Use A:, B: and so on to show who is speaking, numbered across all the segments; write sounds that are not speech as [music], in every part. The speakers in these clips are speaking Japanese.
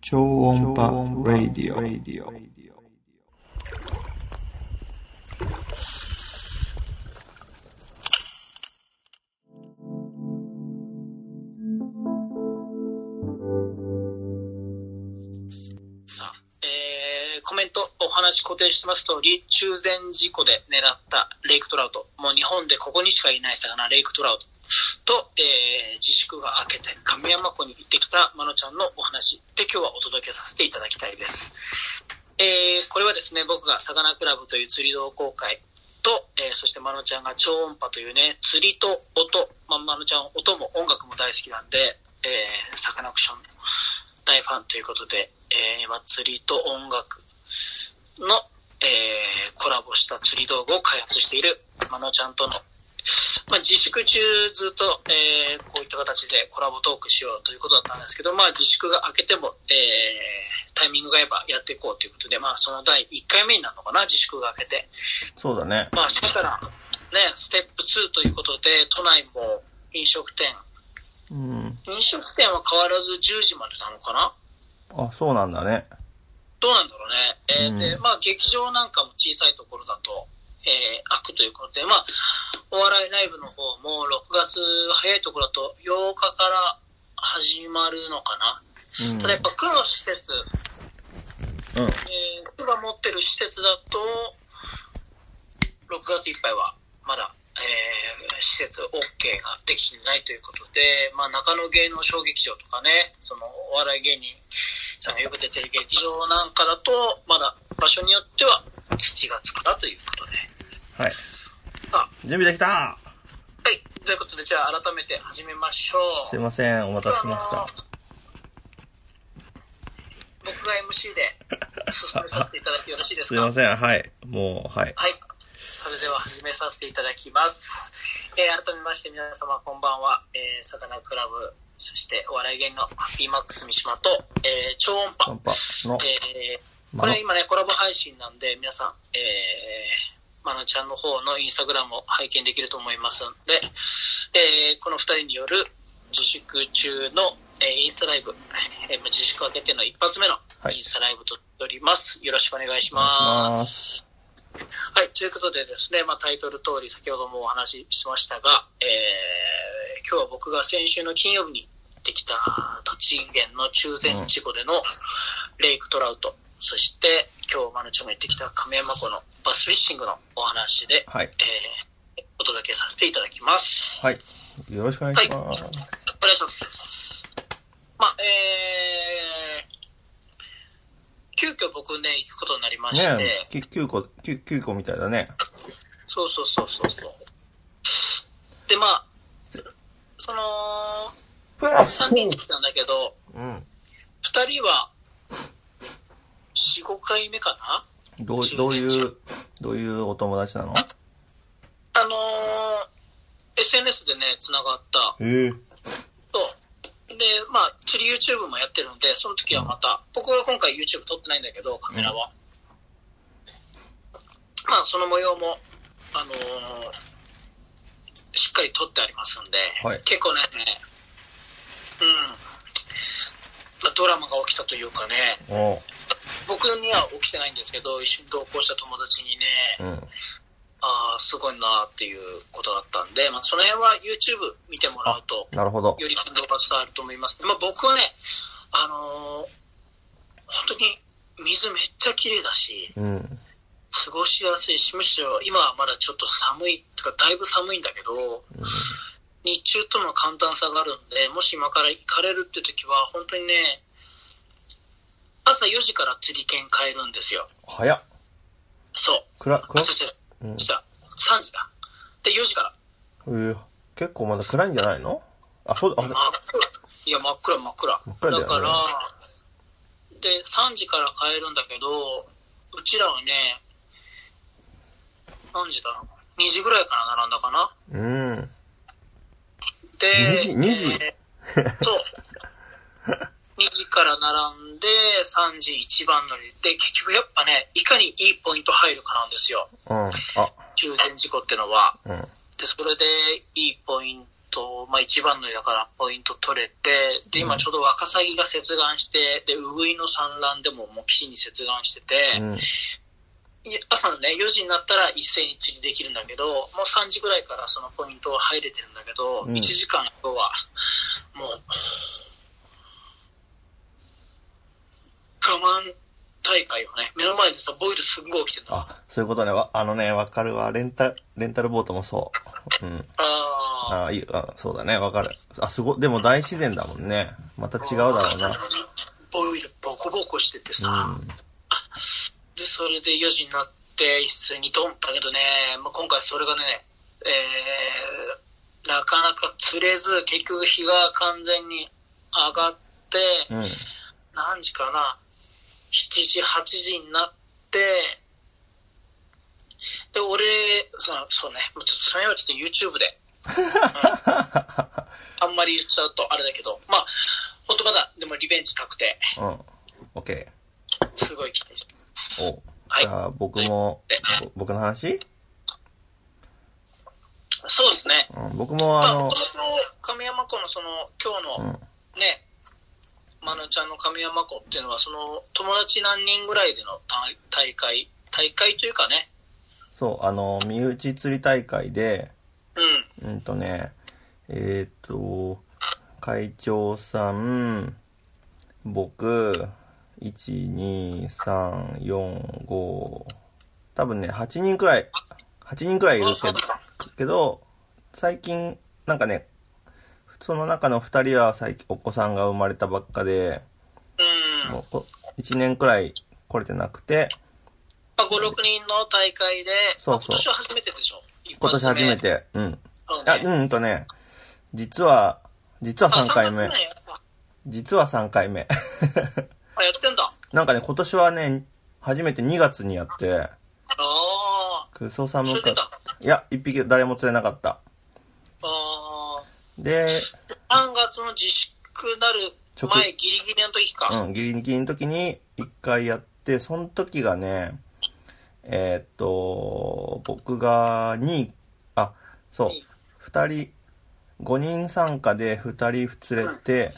A: 超音波ラディオ。
B: さあ、えーコメントお話固定してます通り中禅事故で狙ったレイクトラウトもう日本でここにしかいない魚レイクトラウトと、えー自粛が明けて亀山湖に行ってきたまのちゃんのお話で今日はお届けさせていただきたいです、えーこれはですね僕が魚クラブという釣り同好会と、えーそしてまのちゃんが超音波というね釣りと音、まあ、まのちゃん音も音楽も大好きなんで、えーサカナクション大ファンということで、えー、今釣りと音楽の、えーコラボした釣り道具を開発しているまのちゃんとの、まあ、自粛中ずっと、えーこういった形でコラボトークしようということだったんですけど、まあ、自粛が明けても、えータイミングが合えばやっていこうということで、まあ、その第1回目になるのかな自粛が明けて。
A: そうだね。
B: まあ、しから、ね、ステップ2ということで、都内も飲食店、
A: うん。
B: 飲食店は変わらず10時までなのかな
A: あ、そうなんだね。
B: どうなんだろうね。えー
A: うん
B: で、まあ、劇場なんかも小さいところだと、えー開くということで、まあ、お笑いライブの方も6月早いところだと8日から始まるのかな。
A: うん。
B: ただやっぱ区の施設、
A: うん。
B: えー、区が持ってる施設だと、6月いっぱいはまだ、えー施設 OK ができてないということで、まあ、中野芸能小劇場とかね、そのお笑い芸人さんがよく出てる劇場なんかだと、まだ場所によっては7月からということで。
A: はい。
B: あ
A: 準備できた
B: はい、ということで、じゃあ改めて始めましょう。
A: すいません、お待たせしました。
B: 僕が
A: [laughs]
B: MC で進めさせていただいてよろしいです
A: すい
B: か
A: ません、はい。もう、はい。
B: はい。それでは始めさせていただきます。えー改めまして皆様こんばんは。えー、サカナクラブ、そしてお笑い芸人のハッピーマックス三島と、えー超音
A: コン
B: 波。
A: パの、
B: えーこれ今ね、コラボ配信なんで、皆さん、えー、まのちゃんの方のインスタグラムを拝見できると思いますので、えーこの二人による自粛中の、えーインスタライブ、えーまあ自粛明けての一発目の
A: はい
B: インスタライブとなっております。よろしくお願いし
A: お願
B: ま。
A: いします
B: はい、ということでですね、まあ、タイトル通り先ほどもお話ししましたが、えー今日は僕が先週の金曜日に行ってきた栃木県の中禅地湖でのレイクトラウト、そして今日まぬちゃんが行ってきた亀山湖のバスフィッシングのお話で、
A: はい。
B: えーお届けさせていただきます。
A: はい。よろしくお願いします。
B: お願いします。まあ、えー、急遽僕ね、行くことになりまして、
A: ねえ、9個、9, 9個みたいだね。
B: そうそうそうそうそう。で、まあ、その、
A: プラ
B: 3人で来たんだけど、
A: うん。
B: 2人は、4、5回目かな
A: どう、どういう、どういうお友達なの
B: あのー SNS でね、繋がった
A: ええ。
B: と、で、まあ、釣り YouTube もやってるので、その時はまた、僕は今回 YouTube 撮ってないんだけど、カメラは。まあ、その模様も、あのーしっかり撮ってありますんで、
A: はい
B: 結構ね、うん、まあドラマが起きたというかね、
A: おう。
B: 僕には起きてないんですけど、一緒に同行した友達にね、
A: うん。
B: ああ、すごいなっていうことだったんで、まあ、その辺は YouTube 見てもらうと、
A: なるほど。
B: より感動が伝わると思います。まあ、僕はね、あのー本当に水めっちゃ綺麗だし、
A: うん。
B: 過ごしやすいし、むしろ今はまだちょっと寒い、とかだいぶ寒いんだけど、日中との寒暖差があるんで、もし今から行かれるって時は、本当にね、朝4時から釣り券買えるんですよ。
A: 早っ。
B: そう。
A: くら、
B: あ、
A: 暗
B: そし
A: う
B: て、
A: ん
B: そしたら3時だ。で、4時から。
A: えー、結構まだ暗いんじゃないのあ、そうだ、
B: 真
A: あ、
B: っ暗。いや、真っ暗、真っ暗。
A: 真っ暗だよね
B: だから、で、3時から帰るんだけど、うちらはね、何時だろう ?2 時ぐらいから並んだかな
A: うん。
B: で、
A: 2時2時
B: えーそう。2時から並んで、3時一番乗り。で、結局やっぱね、いかにいいポイント入るかなんですよ。
A: うん。あ、
B: 中禅事故ってのは。
A: うん。
B: で、それでいいポイントと、まあ、一番乗りだからポイント取れて、で、今ちょうどワカサギが接岸して、で、ウグイの産卵でももう岸に接岸してて、
C: うん。
B: いや朝のね、4時になったら一斉に釣りできるんだけど、もう3時ぐらいからそのポイントは入れてるんだけど、
C: うん
B: 1時間後は、もう、我慢大会をね、目の前でさ、ボイルすんごい起きてるんだ
C: あ、そういうことね。わあのね、わかるわ。レンタ、レンタルボートもそう。うん。
B: あー
C: あいいあ、そうだね。わかる。あ、すご、でも大自然だもんね。また違うだろうな。
B: ボイルボコボコしててさ、
C: うん
B: で、それで4時になって、一斉にドンだけどね、まあ、今回それがね、えー、なかなか釣れず、結局日が完全に上がって、。
C: うん。
B: 何時かな、7時、8時になって、で、俺、そのそうね、もうちょっとそれはちょっと YouTube で、うんあんまり言っちゃうとあれだけど、まあ、ほんとまだ、でもリベンジ確定、
C: うん。オッケ
B: すごい期待してます。
C: ー。お
B: はい
C: じゃあ、僕も、ぼ僕の話、
B: そうですね。
C: うん、僕も
B: ま
C: あ
B: あ、
C: の
B: 今、年の亀山湖のその今日
C: うん
B: の。ね、まなちゃんの亀山湖っていうのはその友達何人ぐらいでの大大会大会というかね
C: そう、あの、身内釣り大会で、
B: うん
C: うんとね、えっ、と、会長さん、僕、1、2、3、4、5、多分ね、8人くらい、8人くらいいるけど、けど、最近、なんかね、その中の2人は最近お子さんが生まれたばっかで、
B: うん、ま
C: もうこ1年くらい来れてなくて、
B: あ、56人の大会で
C: そうそう
B: まあ今年は初めてでしょ一
C: 今
B: 発
C: 年
B: 目
C: 初めて、うん。
B: そう
C: あ、
B: ね
C: うんとね、実は、実は
B: あ
C: 3回
B: 三
C: 目
B: 発。目あ
C: 実は3回目。
B: あやってんだ
C: なんかね、今年はね、初めて2月にやって、
B: あ
C: クソ寒
B: あそれ
C: か
B: で
C: っ
B: だ
C: た。いや、一匹誰も釣れなかった。
B: あ
C: で、
B: あ3月の自粛なる
C: 直
B: 前ギリギリの時か、
C: うん、ギリギリの時に1回やって、その時がね、えーっと、僕が2、あ、そう、2人、5人参加で2人釣れて、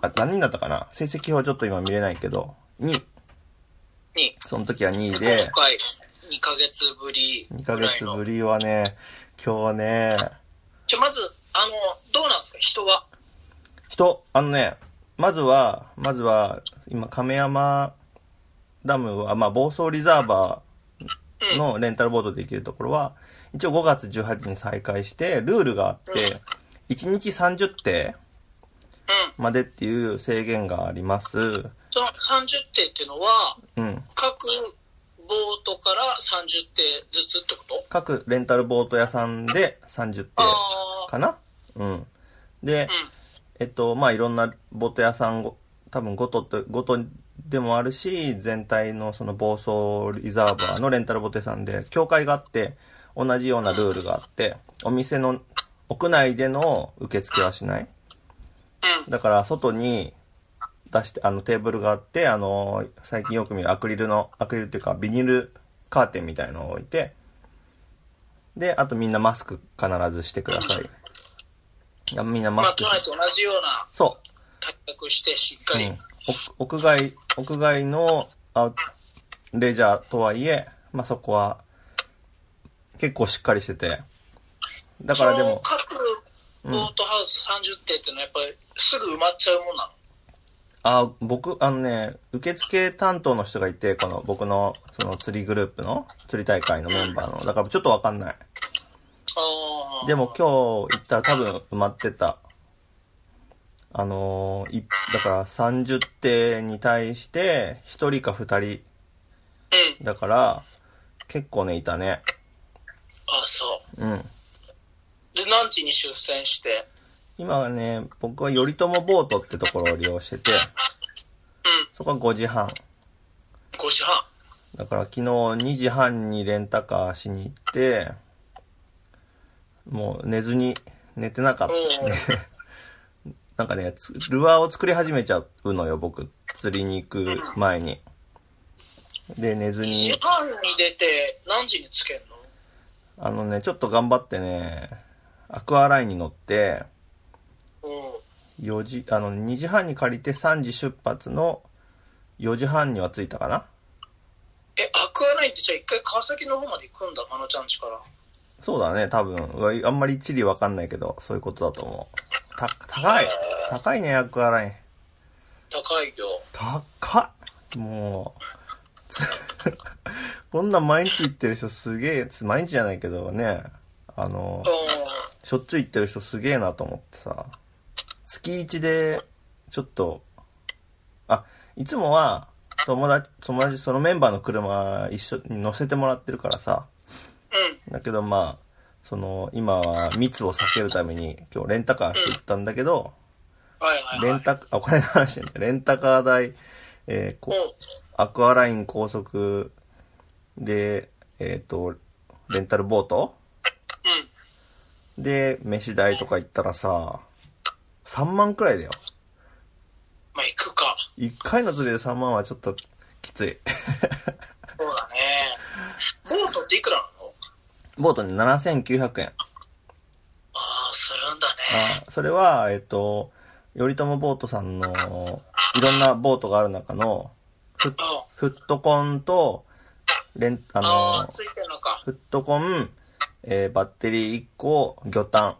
C: あ、何人だったかな成績表ちょっと今見れないけど、2、
B: に
C: その時は2位
B: 今
C: で、
B: 回2ヶ月ぶり
C: 2ヶ
B: ぐらい
C: 月
B: の
C: ぶりはね、今日ね、
B: じゃあまず、あの、どうなんですか、人は。
C: 人、あのね、まずは、まずは、今、亀山ダムは、まあ、房総リザーバーのレンタルボートで行けるところは、一応5月18日に再開して、ルールがあって、1日30艇
B: うん。
C: までっていう制限があります。
B: その30艇っていうのは、
C: うん。
B: 各ボートから30艇ずつってこと
C: 各レンタルボート屋さんで30艇
B: ああ。
C: かなうん。で、えっと、まあ、いろんなボト屋さんご、多分ごとと、ごとでもあるし、全体のその暴走リザーバーのレンタルボト屋さんで、協会があって、同じようなルールがあって、お店の屋内での受付はしない。
B: うん。うん。
C: だから、外に出して、あの、テーブルがあって、あの、最近よく見るアクリルの、アクリルっていうか、ビニールカーテンみたいのを置いて、で、あとみんなマスク必ずしてください。いやみんなマ
B: まあ、
C: スク
B: 都
C: し
B: 内と同じような
C: そう。
B: 対策して、しっか
C: う
B: り。
C: ん、お屋外、屋外のアウレジャーとはいえ、まあ、そこは結構しっかりしてて。だからで
B: その
C: も、
B: 各ボートハウス30艇っていうのは、やっぱりすぐ埋まっちゃうもんなの。
C: あ、僕、あのね、受付担当の人がいて、この僕のその釣りグループの釣り大会のメンバーの、だからちょっとわかんない。
B: ああ。
C: でも今日行ったら多分埋まってた。あのーいだから30艇に対して1人か2人
B: うん。
C: だから、結構ね、いたね。
B: ああ、そ
C: うん。
B: う。で、何時に出船して。
C: 今はね、僕は頼朝ボートってところを利用してて、
B: うん。
C: そこは5時半。
B: 5時
C: [laughs]
B: 半。
C: だから昨日2時半にレンタカーしに行って、もう寝ずに、寝てなかっ
B: うん。
C: た。なんかね、つルアーを作り始めちゃうのよ、僕。釣りに行く前に。で、寝ず
B: 2
C: に、
B: 時半に出て、何時につけんの
C: あのね、ちょっと頑張ってね、アクアラインに乗って、
B: お
C: 4時、あの、2時半に借りて3時出発の4時半には着いたかな
B: え、アクアラインってじゃあ一回川崎の方まで行くんだ、まのちゃん家から。
C: そうだね、多分。うわあんまり地理わかんないけど、そういうことだと思う。た、高い高いね、アクアライン。
B: 高いよ。
C: 高っもう。 [laughs] こんなん毎日行ってる人すげえ、毎日じゃないけどね、あの
B: お、ー
C: しょっちゅう行ってる人すげえなと思ってさ、月1で、ちょっと、あ、いつもは、友達、友達、そのメンバーの車一緒に乗せてもらってるからさ、
B: うん。
C: だけどまあ、その、今は密を避けるために、今日レンタカーして行ったんだけど、
B: はいはいはい。
C: レンタカー、あお金の話じゃないレンタカー代、えーこ
B: おう
C: アクアライン高速で、えっ、と、レンタルボート
B: うん。
C: で、飯代とか行ったらさ、3万くらいだよ。
B: まあ行くか。
C: 1回の釣りで3万はちょっときつい。
B: そうだね。ボートっていくらなの
C: ボートに7900円。
B: ああ、するんだね。
C: あそれは、えっ、と、頼朝ボートさんの、いろんなボートがある中の、フッ
B: うん。
C: フットコンと、レン、あの
B: ああ、ついてるのか。
C: フットコン、えーバッテリー1個、魚探。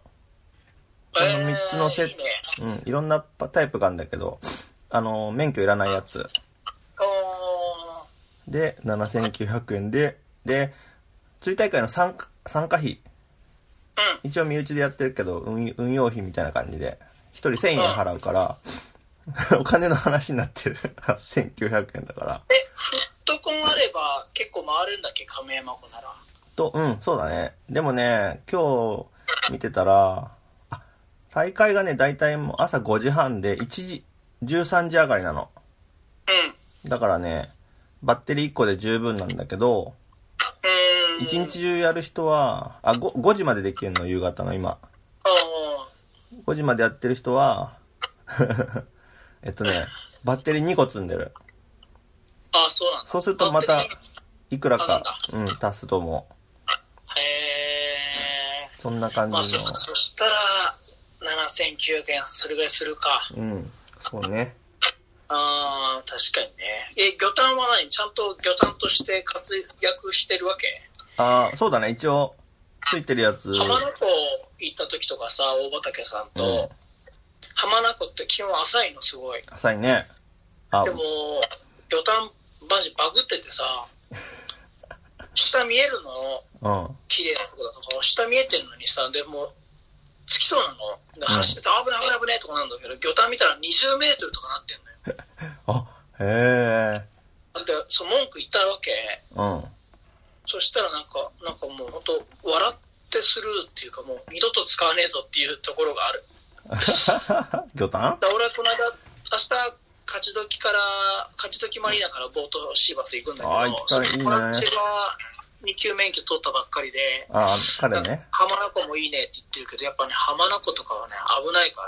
C: この3つのセッ
B: えーいいね
C: ト、うん、いろんなタイプがあるんだけど、あの、免許いらないやつ。
B: おー
C: で、7900円で、で、釣り大会の参加、参加費。
B: うん。
C: 一応身内でやってるけど、運運用費みたいな感じで、一人1000円払うから、お金の話になってる。1900円だから。
B: え、フットコンあれば結構回るんだっけ亀山湖なら。
C: と、うん、そうだね。でもね、今日見てたら、あ、大会がね、だいたいもう朝5時半で、1時、13時上がりなの。
B: うん。う
C: だからね、バッテリー1個で十分なんだけど、
B: ーん。
C: 一日中やる人は、あ、5, 5時までできるの、夕方の今。
B: おー
C: 5時までやってる人は、 [laughs] えっとね、バッテリー2個積んでる。
B: ああ、そうなんだ。
C: そうするとまた
B: バッテリー
C: いくらか
B: あ、
C: うん、足すと思
B: へ
C: う。そんな感
B: ー。
C: じ
B: まあそ
C: の。、
B: そしたら、7900円、それぐらいするか。
C: うん、そうね。
B: ああ、確かにね。え、魚探は何ちゃんと魚探として活躍してるわけ
C: あーそうだね、一応、ついてるやつ。
B: 浜名湖行った時とかさ、大畑さん
C: うん
B: と、、浜名湖って気温浅いのすごい。
C: 浅いね。あ
B: で、も、魚探マジバグって
C: [laughs]
B: てさ、下見えるの
C: うん。
B: 綺麗なとこだとか、下見えてんのにさ、でも、つきそうなの。で走ってて、危ない危ない危ないとこなんだけど、魚探見たら20メートルとかなってんのよ。
C: あ、へえ、
B: だって、その文句言ったわけ。
C: うん。
B: そしたらなんか、なんかもう本当笑ってスルーっていうかもう二度と使わねえぞっていうところがある。
C: 魚探
B: だから俺はこの間、明日、勝ち時から、勝ち時マリーナからボートシーバス行くんだけど、
C: あー行きたい
B: そ
C: いいね
B: の友達が2級免許取ったばっかりで、
C: あー彼ね。
B: 浜名湖もいいねって言ってるけど、やっぱね、浜名湖とかはね、危ないか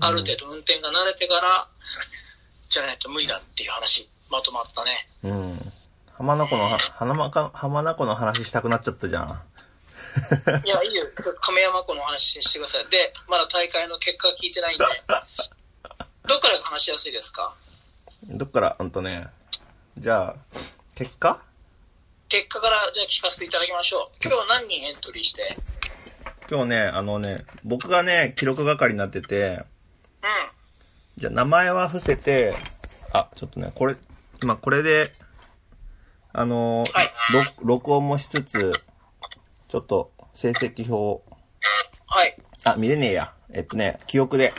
B: ら、ある程度運転が慣れてから、じゃないと無理だっていう話、まとまったね。
C: うん。浜名湖のは、浜名湖浜名湖の話したくなっちゃったじゃん。
B: いや、いいよ。亀山湖の話してください。で、まだ大会の結果聞いて
C: [laughs]
B: ないんで。どっからが話しやすいですか
C: どっから、うんとね。じゃあ、結果
B: 結果から、じゃあ聞かせていただきましょう。今日何人エントリーして
C: 今日ね、あのね、僕がね、記録係になってて、
B: うん。
C: じゃあ名前は伏せて、あ、ちょっとね、これ、今これで、あのー
B: はい
C: 録録音もしつつ、ちょっと成績表を、
B: はい。
C: あ、見れねえや。えっとね、記憶で。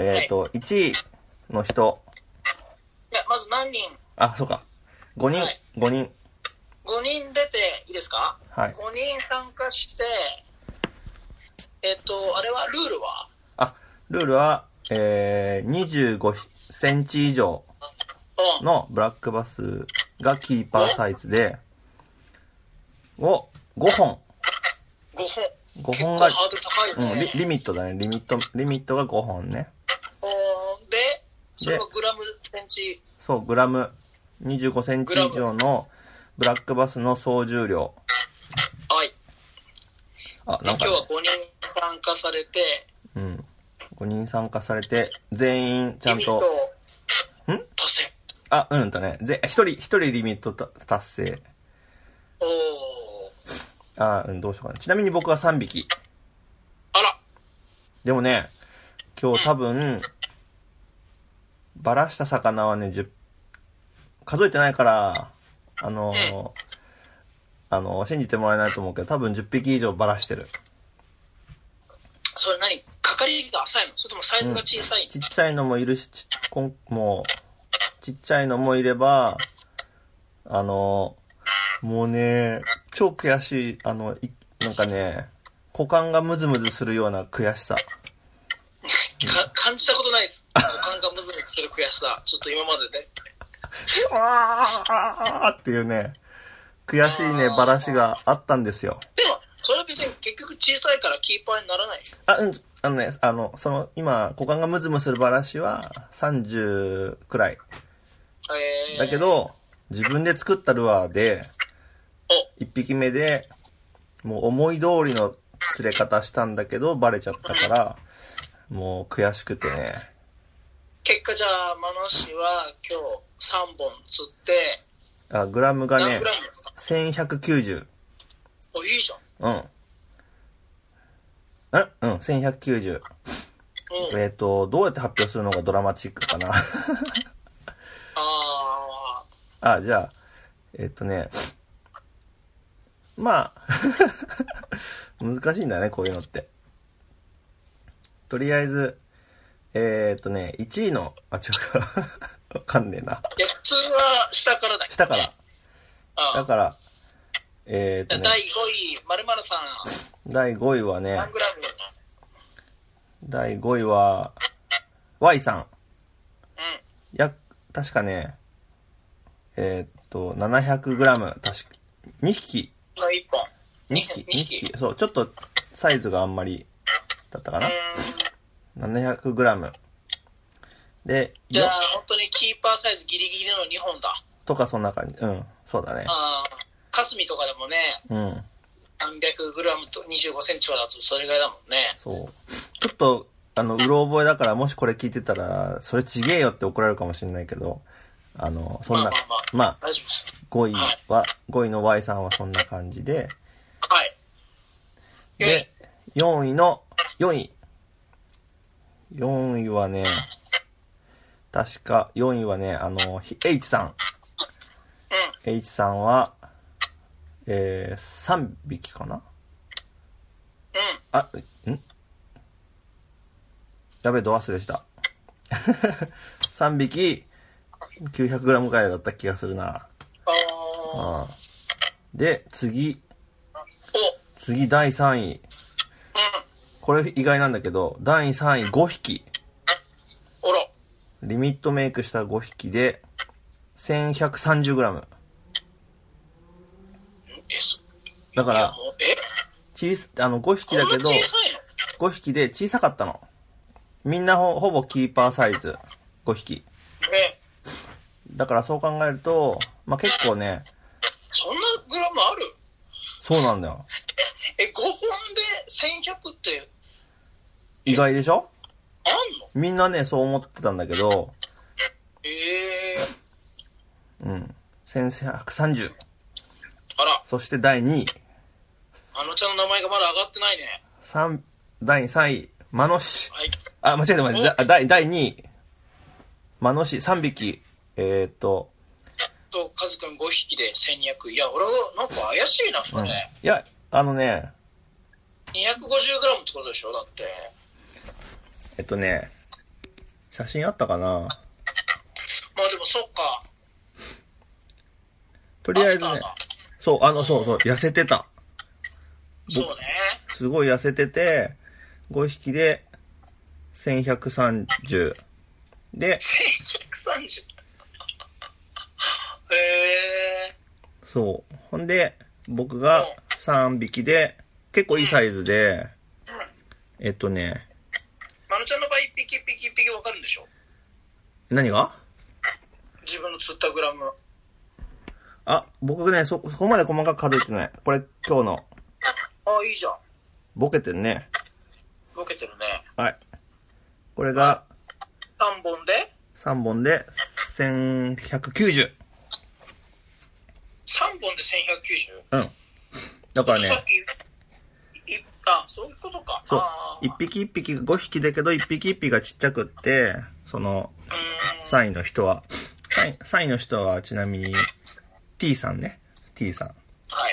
C: えっ、と、1位の人、
B: いやまず何人
C: あ、そうか。5人、
B: はい
C: 5人。
B: 5人出ていいですか、
C: はい
B: 5人参加してえっとあれはルールは
C: あ、ルールは、えー、25センチ以上
B: うん
C: のブラックバスがキーパーサイズで、を5本。
B: 5本
C: 五
B: 結
C: 本
B: 構
C: が
B: ハードル高
C: う
B: い
C: ん、
B: ね、
C: リリミットだね。リミット、リミットが5本ね。
B: うんでそれはグラムセンチ
C: そう、グラム。25センチ以上のブラックバスの総重量。
B: はいで
C: あ、な
B: 今
C: んか
B: 日
C: ね、
B: は5人参加されて、
C: うん。5人参加されて、全員ちゃんと、
B: リミットを
C: ん
B: 達成。
C: あ、うんとね、ぜ、一人、一人リミットた達成。
B: おー。
C: あ、うん、どうしようかな。ちなみに僕は3匹。
B: あら、
C: でもね、今日多分、バラした魚はね、10、数えてないから、あのー、あのー、信じてもらえないと思うけど、多分10匹以上バラしてる。
B: それ何係が浅いのそれともサイズが小さい、
C: ちっちゃいのもいるし、ちこんもう、ちっちゃいのもいれば、あの、もうね、超悔しい、あの、いなんかね、股間がムズムズするような悔しさ。
B: か感じたことないです。股間がムズムズする悔しさ。ちょっと今までで。
C: ああっていうね、悔しいね、バラシがあったんですよ。
B: でも、それは別に結局小さいからキーパーにならないでしょ。
C: あ、うん、あのね、あの、その、今、股間がムズムズするバラシは30くらい。
B: えー、
C: だけ、ど、自分で作ったルアーで、
B: お、
C: 一匹目で、もう思い通りの釣れ方したんだけど、バレちゃったから、もう悔しくてね。
B: 結果じゃあ、マノ氏は今日3本釣って、
C: あ、グラムが
B: 何
C: ね
B: グ、ラムですか、
C: 1190。
B: お、いいじゃん。
C: うん。えうん、1190。
B: うん。
C: えっ、と、どうやって発表するのがドラマチックかな。
B: あ
C: あ、じゃあ、えっとね、まあ、 [laughs] 難しいんだね、こういうのって。とりあえず、えっとね、1位の、あ、違うか。 [laughs] わかんねえな。
B: ー。いや、普通は下からだけど、ね。
C: 下から。。
B: あ
C: だ
B: あ。
C: から、えっとね
B: 第、5位、まるまるさん、
C: 第5位はね、
B: 何グラム
C: 第5位は、Y さん。
B: うん。
C: や、確かね、えっと、700g、確か、2匹
B: の1本。
C: 2匹、
B: 二匹
C: 二匹。そう、ちょっとサイズがあんまりだったか
B: う
C: な。
B: ん。
C: 700g。で、
B: じゃ
C: よ
B: あ、本当にキーパーサイズギリギリの2本だ。
C: とかそんな感じ。うん、そうだね。
B: ああ。かすみとかでもね、
C: うん、
B: 300グラムと25センチはだとそれぐらいだもんね。
C: そう。ちょっと、あの、うろ覚えだから、もしこれ聞いてたら、それちげえよって怒られるかもしれないけど、あの、そんな
B: まあまあ、
C: まあ、
B: 大丈夫です。
C: 5位は、5位の Y さんはそんな感じで、
B: はい。
C: で、4位の、4位。4位はね、確か、4位はね、あの、ひ H さ
B: うん。
C: ん。H さんは、えー、3匹かな
B: うん。
C: あ、んやべえ、ド忘れした。3匹、900g くらいだった気がするな。
B: ああ。
C: うんで、次、
B: お、
C: 次第3位。
B: うん。
C: これ意外なんだけど、第3位5匹。
B: おら。
C: リミットメイクした5匹で、1130g。
B: え、そ
C: だか
B: いや
C: ら、
B: もうえ
C: 小さ、あの、5匹
B: こん
C: だ
B: な
C: けど
B: 小、さいの
C: 5匹で小さかったの。みんなほほぼキーパーサイズ。5匹。
B: え、
C: だからそう考えると、まあ、結構ね、
B: そんなグラムある
C: そうなんだよ。
B: え、5本で1100って
C: 意外でしょ
B: あんの
C: みんなね、そう思ってたんだけど、
B: ええ
C: うん。1130。
B: あら、
C: そして第2位。
B: あのちゃんの名前がまだ上がってないね。
C: 三第3位、マノシ。
B: はい。
C: あ、間違えた間違えた。第、第2位、マノシ3匹。えー、っと、
B: と、カズくん5匹で1200。いや、俺はなんか怪しいな、そ
C: うん。い
B: れ。
C: や、あのね、
B: 250グラムってことでしょだって。
C: えっとね、写真あったかな
B: まあでもそっか。
C: と
B: と
C: りあえずね、そう、あの、そうそう、痩せてた。
B: そうね。 [laughs]
C: すごい痩せてて、5匹で、1130。で、
B: 130。へえ
C: そう。ほんで、僕が3匹で、結構いいサイズで、えっとね、
B: まのちゃんの場合、一匹一匹一匹わかるんでしょ
C: 何が
B: 自分の釣ったグラム。
C: あ、僕ね、そ、そこまで細かく数えてない。これ、今日の、
B: ああ、いいじゃん。
C: ボケてんね。
B: ボケてるね。
C: はい。これが
B: 3本で
C: 3本で1190。
B: ?3 本で 1190?
C: うん。だからね
B: さっ、き、いいあ、そういうことか。
C: そう
B: あ。ー
C: 一匹一匹、5匹だけど、一匹一匹がちっちゃくって、その、
B: うーん
C: 3位の人は、3位3位の人はちなみに T さんね。T さ
B: は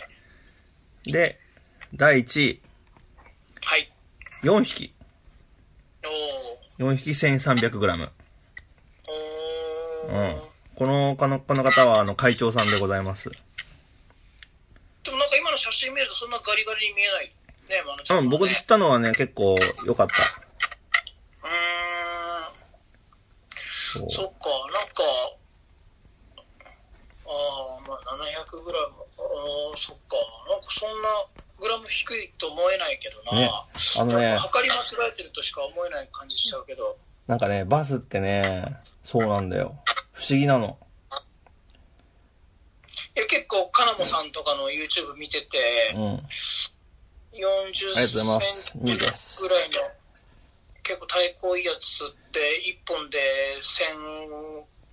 B: い。
C: ん。で、第1位、
B: はい。
C: 4匹。
B: おー
C: 4匹 1300g。
B: お
C: う
B: ー
C: ん。この、この、この方は、あの、会長さんでございます。
B: でもなんか今の写真見るとそんなガリガリに見えない。ね、まなちゃん、
C: う
B: ね。
C: ん、僕で釣ったのはね、結構良かった。
B: うー
C: そ
B: ん。
C: う
B: そっか、なんか、ああ、まあ700グラム、ああ、そっか、なんかそんなグラム低いと思えないけどな。
C: ねあのね
B: 測り間違えてるとしか思えない感じしちゃうけど。
C: なんかね、バスってね、そうなんだよ。不思議なの。
B: いや、結構、かなもさんとかの YouTube 見てて
C: う、ん。
B: 40
C: ありがと
B: セ
C: う
B: ン
C: ございます
B: チ
C: 二位です
B: ぐらいの、結構対抗いいやつって、1本で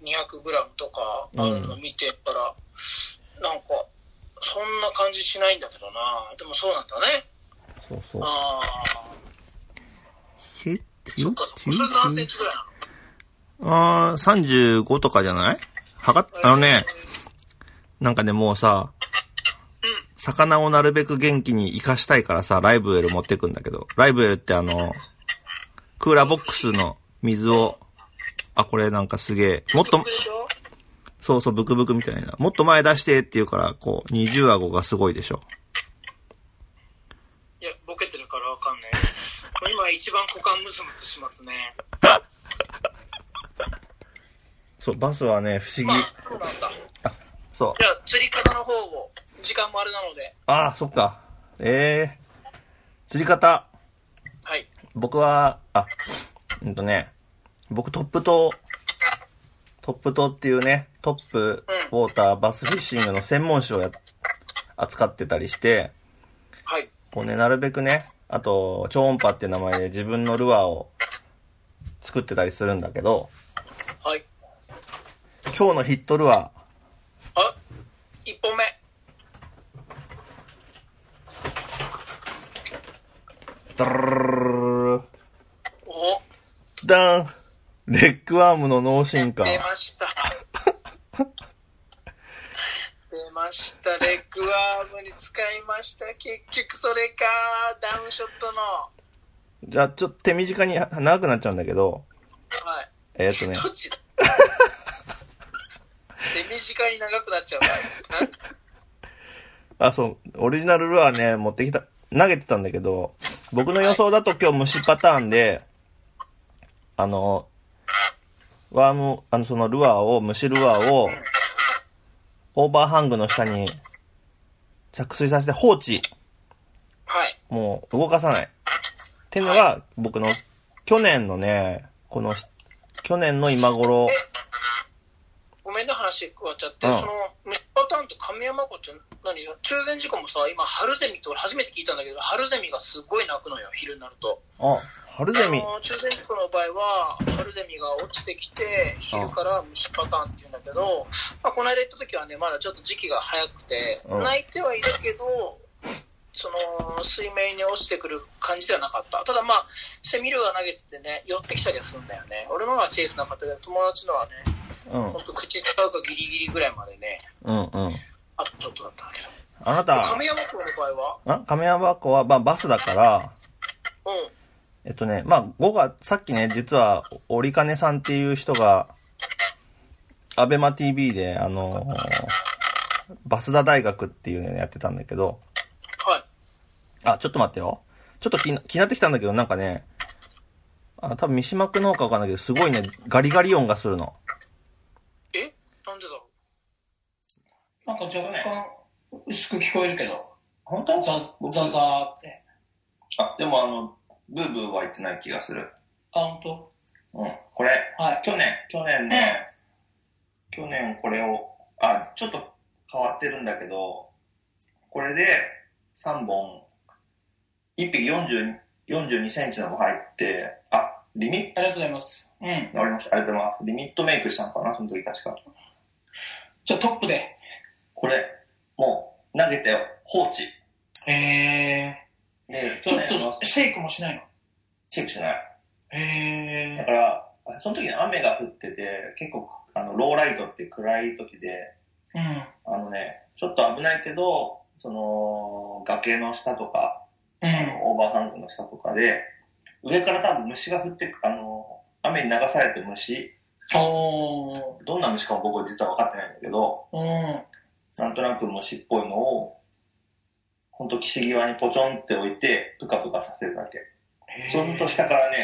B: 1200グラムとかあるの見てたら、なんか、そんな感じしないんだけどな。でもそうなんだね。
C: そうそう。
B: ああ。
C: シッ
B: そっか、それ何センチぐらいなの
C: あー、35とかじゃない測っ、あのね、なんかね、もうさ、魚をなるべく元気に生かしたいからさ、ライブエル持ってくんだけど、ライブエルってあの、クーラーボックスの水を、あ、これなんかすげえ、もっと
B: 僕、でしょ
C: そうそう、ブクブクみたいな。もっと前出してって言うから、こう、二重顎がすごいでしょ。
B: いや、ボケてるからわかんない。今一番股間ムズムズしますね。
C: そう、バスはね、不思
B: まあ
C: 議。、
B: そうなんだ。
C: そう
B: じ。ゃあ、釣り方の方を、時間もあれなので、
C: ああ、そっか。ええ釣り方。
B: はい。
C: 僕は、あ、うんとね、僕トップ島、トップ島っていうね、トップウォーターバスフィッシングの専門誌をや扱ってたりして、
B: はい。
C: こうね、なるべくね、あと、超音波って名前で自分のルアーを作ってたりするんだけど、
B: はい。
C: 今日のヒットルアー、
B: あ、一本目。
C: ダルルルルル
B: お、
C: ダンレッグワームの脳進化。
B: 出ま
C: [laughs]
B: した。出ました。レッグワームに使いました。結局それか。ダウンショットの。
C: じゃあ、ちょっと手短に長くなっちゃうんだけど、
B: はい。
C: えーっとね、
B: どっち
C: [laughs]
B: だ手短に長くなっちゃうな。なん
C: あ、そう、オリジナルルアーね、持ってきた、投げてたんだけど、僕の予想だと今日虫パターンで、あの、ワーム、あの、そのルアーを、虫ルアーを、オーバーハングの下に着水させて放置。
B: はい。
C: もう動かさない。っていうのが、僕の、去年のね、このし、去年の今頃、
B: ごめんね、話終わっちゃって。
C: うん
B: その、虫パターンと神山湖って何中禅寺湖もさ、今、春ゼミって俺初めて聞いたんだけど、春ゼミがすごい鳴くのよ、昼になると。
C: あ、春ゼミ
B: あ。の中禅寺湖の場合は、春ゼミが落ちてきて、昼から虫パターンって言うんだけど、まあ、この間行った時はね、まだちょっと時期が早くて、
C: うん
B: 泣いてはいるけど、その水面に落ちてくる感じではなかった。ただまあ、セミルが投げててね、寄ってきたりはするんだよね。俺のはチェイスなかったけど、友達のはね、
C: うん
B: ほん、と口使うかギリギリぐらいまでね、
C: うん、うん。
B: あとちょっとだったんだけど。
C: あなた、
B: 亀山君の場合は、
C: あ亀山湖は、まあ、バスだから、
B: うん、
C: えっとね、まあ、5月、さっきね、実は、折金さんっていう人が、アベマ TV で、あのーバスダ大学っていうのやってたんだけど、
B: はい。
C: あ、ちょっと待ってよ。ちょっと気に気になってきたんだけど、なんかね、あ多分三島区農家わかんないけど、すごいね、ガリガリ音がするの。
B: えなんでだろ
D: なんか若干薄く聞こえるけど、
C: 本
D: ザザザーって。
C: あ、でもあの、ブーブーは言ってない気がする。
D: あ、ほんと
C: うん。これ、
D: はい。
C: 去年、去年
D: ね、
C: 去年これを、あ、ちょっと変わってるんだけど、これで3本、1匹42センチのも入って、あ、リミッ
D: ありがとうございます。うん。
C: ト、わかりました。ありがとうございます。リミットメイクしたのかな、その時確か。
D: じゃあトップで。
C: これ、もう、投げて放置。
D: え
C: で、
D: ー、ち
C: 去
D: ょっ
C: 年の
D: とシェイクもしないの。
C: チェックしない。だ
D: え
C: から、その時に雨が降ってて、結構、あの、ローライトって暗い時で、
D: ー、うん。
C: あのね、ちょっと危ないけど、その、崖の下とか、
D: う
C: あ
D: ん。
C: のオーバーハングの下とかで、上から多分虫が降ってく、あの、雨に流されて虫、
D: お
C: どんな虫かも僕は実は分かってないんだけど、
D: ー。うん。
C: なんとなく虫っぽいのを、ほんと岸際にポチョンって置いて、ぷかぷかさせるだけ。そうすると下からね、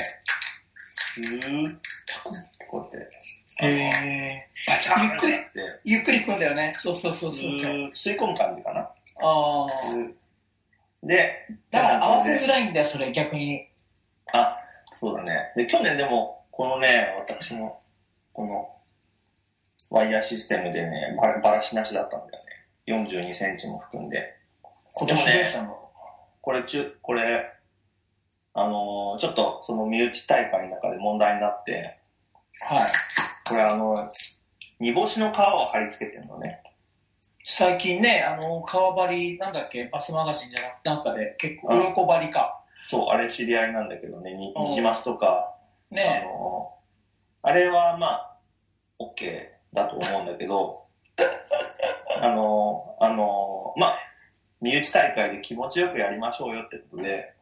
C: ずーっとこうやってこうやって、
D: え
C: バチャーンってやって、
D: ー、ゆっくり行くんだよね。そうそうそう
C: ず
D: そう。
C: ーっと吸い込む感じかな。
D: ああ。
C: で、
D: だから合わせづらいんだよ、それ逆に。
C: あ、そうだね。で、去年でも、このね、私の、この、ワイヤーシステムでね、バラバラしなしだったんだよね。42センチも含んで。
D: 今年でしたの。
C: これ中、これ、あのーちょっとその身内大会の中で問題になって、
D: はい。
C: これあの、煮干しの皮を貼り付けてるのね。
D: 最近ね、あの、川張り、なんだっけ、バスマガジンじゃなくて、なんかで、結構、
C: うん
D: 鱗張りか。
C: そう、あれ知り合いなんだけどね、に
D: うん
C: ニジマスとか、あ
D: ね
C: のーあれはまあ、OK だと思うんだけど、 [laughs] あのーあのーまあ、身内大会で気持ちよくやりましょうよってことで、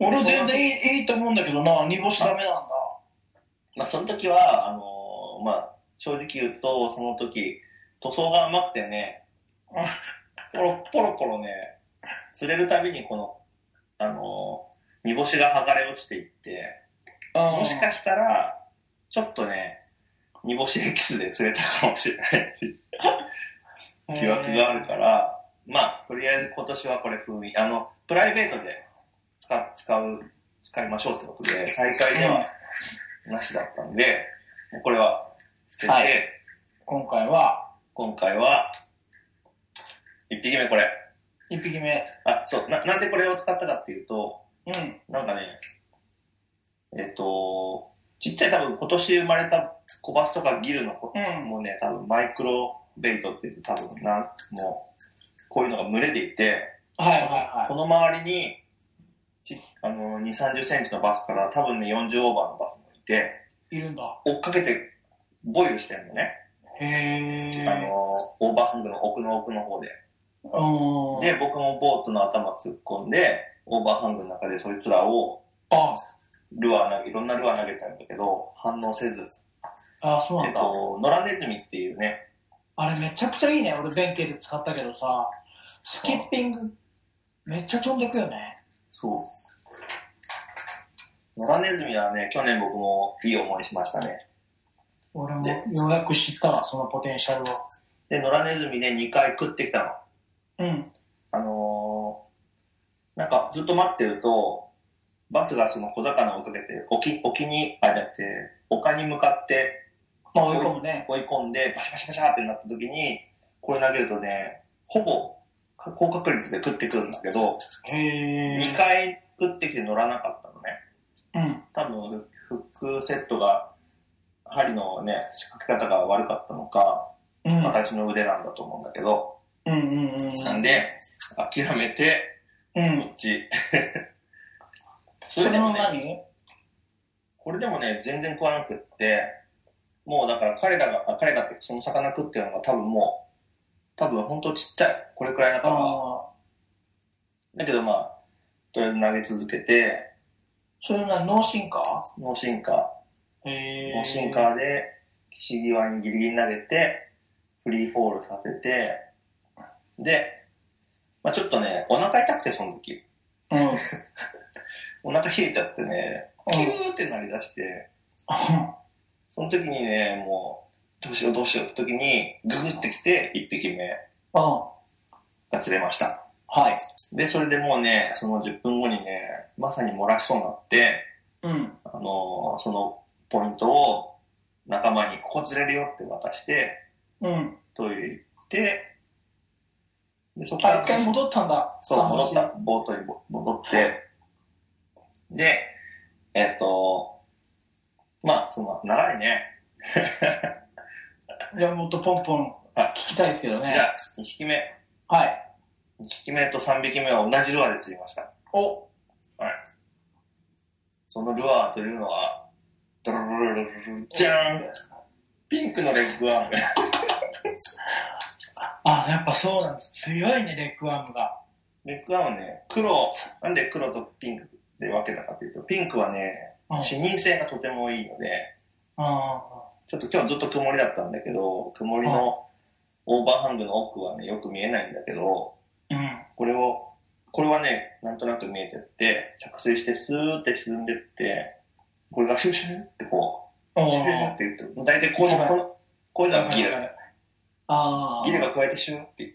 D: 俺は全然いいいいと思うんだけどな、煮干しダメなんだ。
C: まあ、その時は、あのーまあ、正直言うと、その時、塗装が甘くてね、ポロポロポロね、釣れるたびにこの、あのー煮干しが剥がれ落ちていって、も
D: もし
C: し
D: か
C: かしたら、ちょっとね、煮干しエキスで釣れたかもしれないっていう疑惑があるから、まあ、とりあえず今年はこれ封印、あの、プライベートで使使う、使いましょうってことで、大会ではなしだったんで、もうこれは捨てて、
D: はい今回は、
C: 今回は、一匹目これ。
D: 一匹目。
C: あ、そう、な、なんでこれを使ったかっていうと、
D: うん。
C: なんかね、えっ、と、ちっちゃい多分今年生まれた小バスとかギルの子、
D: うん
C: もうね、多分マイクロベイトって言って多分なん、もう、こういうのが群れていて、
D: はいはい
C: こ
D: は
C: の周りに、ちあの、2、30センチのバスから多分ね、40オーバーのバスもいて、
D: い。いるんだ。
C: 追っかけて、ボイルしてんのね。
D: へえ。
C: あの、オーバーハングの奥の奥の方で。
D: うん。
C: で、僕もボートの頭突っ込んで、オーバーハングの中でそいつらを、
D: あ
C: ルアー投げ、いろんなルアー投げたんだけど、反応せず。
D: あ、そうな
C: え
D: ん
C: っ
D: だ。
C: と、野良ネズミっていうね、
D: あれめちゃくちゃいいね。俺、弁慶で使ったけどさ、スキッピング、めっちゃ飛んでくよね。
C: そう。野良ネズミはね、去年僕もいい思いしましたね。
D: 俺も
C: で
D: ようやく知ったわ、そのポテンシャルを。
C: で、野良ネズミで2回食ってきたの。
D: うん。
C: あのーなんかずっと待ってると、バスがその小魚を追っかけて、沖、沖に、あ、じゃなくて、丘に向かって
D: まあ、追い込むね。
C: 追い込んで、バシャバシャバシャってなった時に、これ投げるとね、ほぼか高確率で食ってくるんだけど、
D: へえ。
C: 2回食ってきて乗らなかったのね。
D: うん。
C: 多分、フックセットが、針のね、仕掛け方が悪かったのか、
D: うん。
C: 私の腕なんだと思うんだけど、
D: うんうんうん。
C: なんで、諦めて、
D: う
C: こ
D: ん。
C: っち。そ
D: [laughs] そ
C: れ
D: れ
C: でも
D: の
C: ね、
D: 何
C: これでもね、全然食わなくって、もうだから彼らが、あ彼らってその魚食ってるのが多分もう、多分ほんとちっちゃい。これくらいだから。
D: ああ。
C: だけどまあ、とりあえず投げ続けて、
D: それな、脳進化
C: 脳進化、
D: へえ。
C: 脳進。化で、岸際にギリギリ投げて、フリーフォールさせて、で、まあちょっとね、お腹痛くてその時。
D: うん。うん。
C: お腹冷えちゃってね、キューってなりだして、
D: [laughs]
C: その時にね、もう、どうしようどうしようって時に、ググってきて、一匹目
D: うん。
C: が釣れました。
D: はい。
C: で、それでもうね、その10分後にね、まさに漏らしそうになって、
D: うん。
C: あのーそのポイントを仲間に、ここ釣れるよって渡して、
D: うん。
C: トイレ行って、で、そこか
D: あ、
C: ら、
D: 一回戻ったんだ。
C: そう、
D: 三
C: 戻っ
D: 本足
C: た、ボートに戻戻って、で、えっと、まあ、その、長いね。
D: じゃあもっとポンポン聞きたいですけどね
C: じゃ。あ、2匹目。
D: はい。
C: 2匹目と3匹目は同じルアーで釣りました。
D: お、
C: はい。そのルアーというのは、ドロロロロロロじゃーんピンクのレッグワーム。
D: あ、やっぱそうなんです。強いね、レッグワームが。
C: レッグワームね、黒、なんで黒とピンクで分けたかというと、ピンクはね、
D: うん。
C: 視認性がとてもいいので、
D: あ
C: ちょっと今日ずっと曇りだったんだけど、曇りのオーバーハングの奥はね、よく見えないんだけど、
D: ーうん。
C: これを、これはね、なんとなく見えてって、着水してスーって沈んでって、これがシュシュってこう、シュシュ
D: お
C: って言って、大体こういうの、このこういうのはギル。
D: ああ。
C: ギルが加えてシューって言っ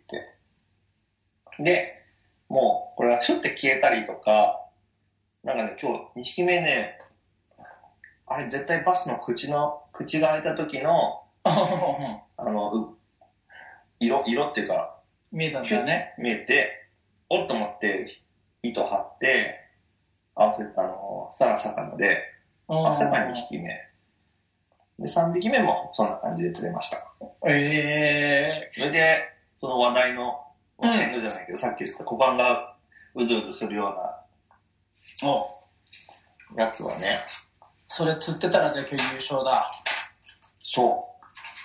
C: て。で、もう、これはシュって消えたりとか、なんかね、今日、2匹目ね、あれ絶対バスの口の、口が開いた時の、あの、う色、色っていうか、
D: [laughs] 見えたんだよね。
C: 見えて、おっと思って、糸張って、合わせた、あの、さら魚で、
D: あ
C: あ、さらに2匹目。で、3匹目もそんな感じで釣れました。
D: え
C: それで、その話題の、
D: うん
C: 話題のじゃないけど、さっき言った股間がうずうずするよう
D: えお、
C: なやつはね、
D: それ釣ってたらじゃあ今日優勝だ。
C: そ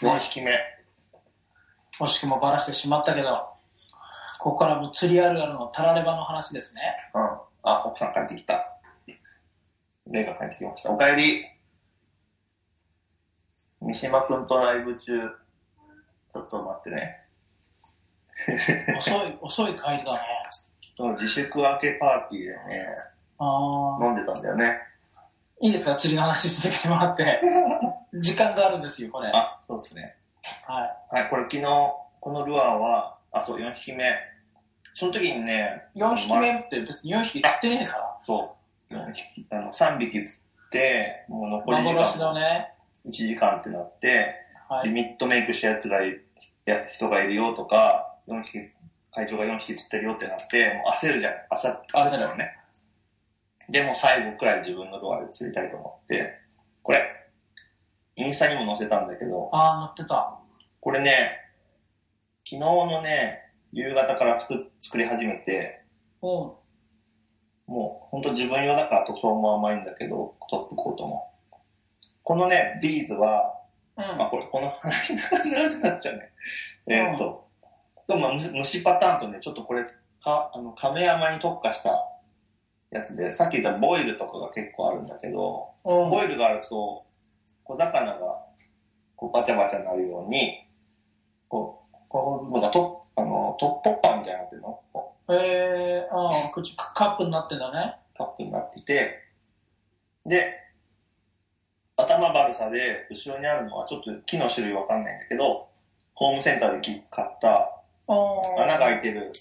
C: う、4匹目。
D: 惜しくもバラしてしまったけど、ここからもう釣りあるあるのタラレバの話ですね。
C: うん。あ、奥さん帰ってきた。レイが帰ってきました。おかえり。三島くんとライブ中、ちょっと待ってね。
D: 遅い、遅い帰りだね。
C: その自粛明けパーティーでね、
D: ああ。
C: 飲んでたんだよね。
D: いいですか釣りの話続けてもらって。時間があるんですよ、これ。はい。
C: あ、そうですね。はい、これ昨日、このルアーは、あ、そう、4匹目。その時にね、
D: 4匹目って別に4匹釣ってねえから。
C: そう。4匹あの3匹釣って、もう残り時
D: 幻
C: 間
D: のね。
C: 1時間ってなって、
D: は
C: リ
D: い。
C: ミットメイクしたやつがいや人がいるよとか、4匹、会長が4匹釣ってるよってなって、もう焦るじゃん。焦っ焦ったのね。でもう最後くらい自分のドアで釣りたいと思って、これ、インスタにも載せたんだけど、
D: ああ、乗ってた。
C: これね、昨日のね、夕方から作作り始めて、
D: おう
C: もう本当自分用だから塗装も甘いんだけど、トップコートも。このね、ビーズは、
D: うん。
C: まあこれ、この話長くなっちゃうね。えーっと、でもまあ虫虫パターンとね、ちょっとこれ、かあの亀山に特化したやつで、さっき言ったボイルとかが結構あるんだけど、
D: おう
C: ボイルがあると、小魚がこうバチャバチャなるように、こう、この部分がトッあのトッポッパーみたいになってるのこう
D: ええー、ああ、口カップになってんだね。
C: カップになってて、で、頭バルサで後ろにあるのはちょっと木の種類わかんないんだけど、ホームセンターで木買った
D: おう
C: 穴が開いてる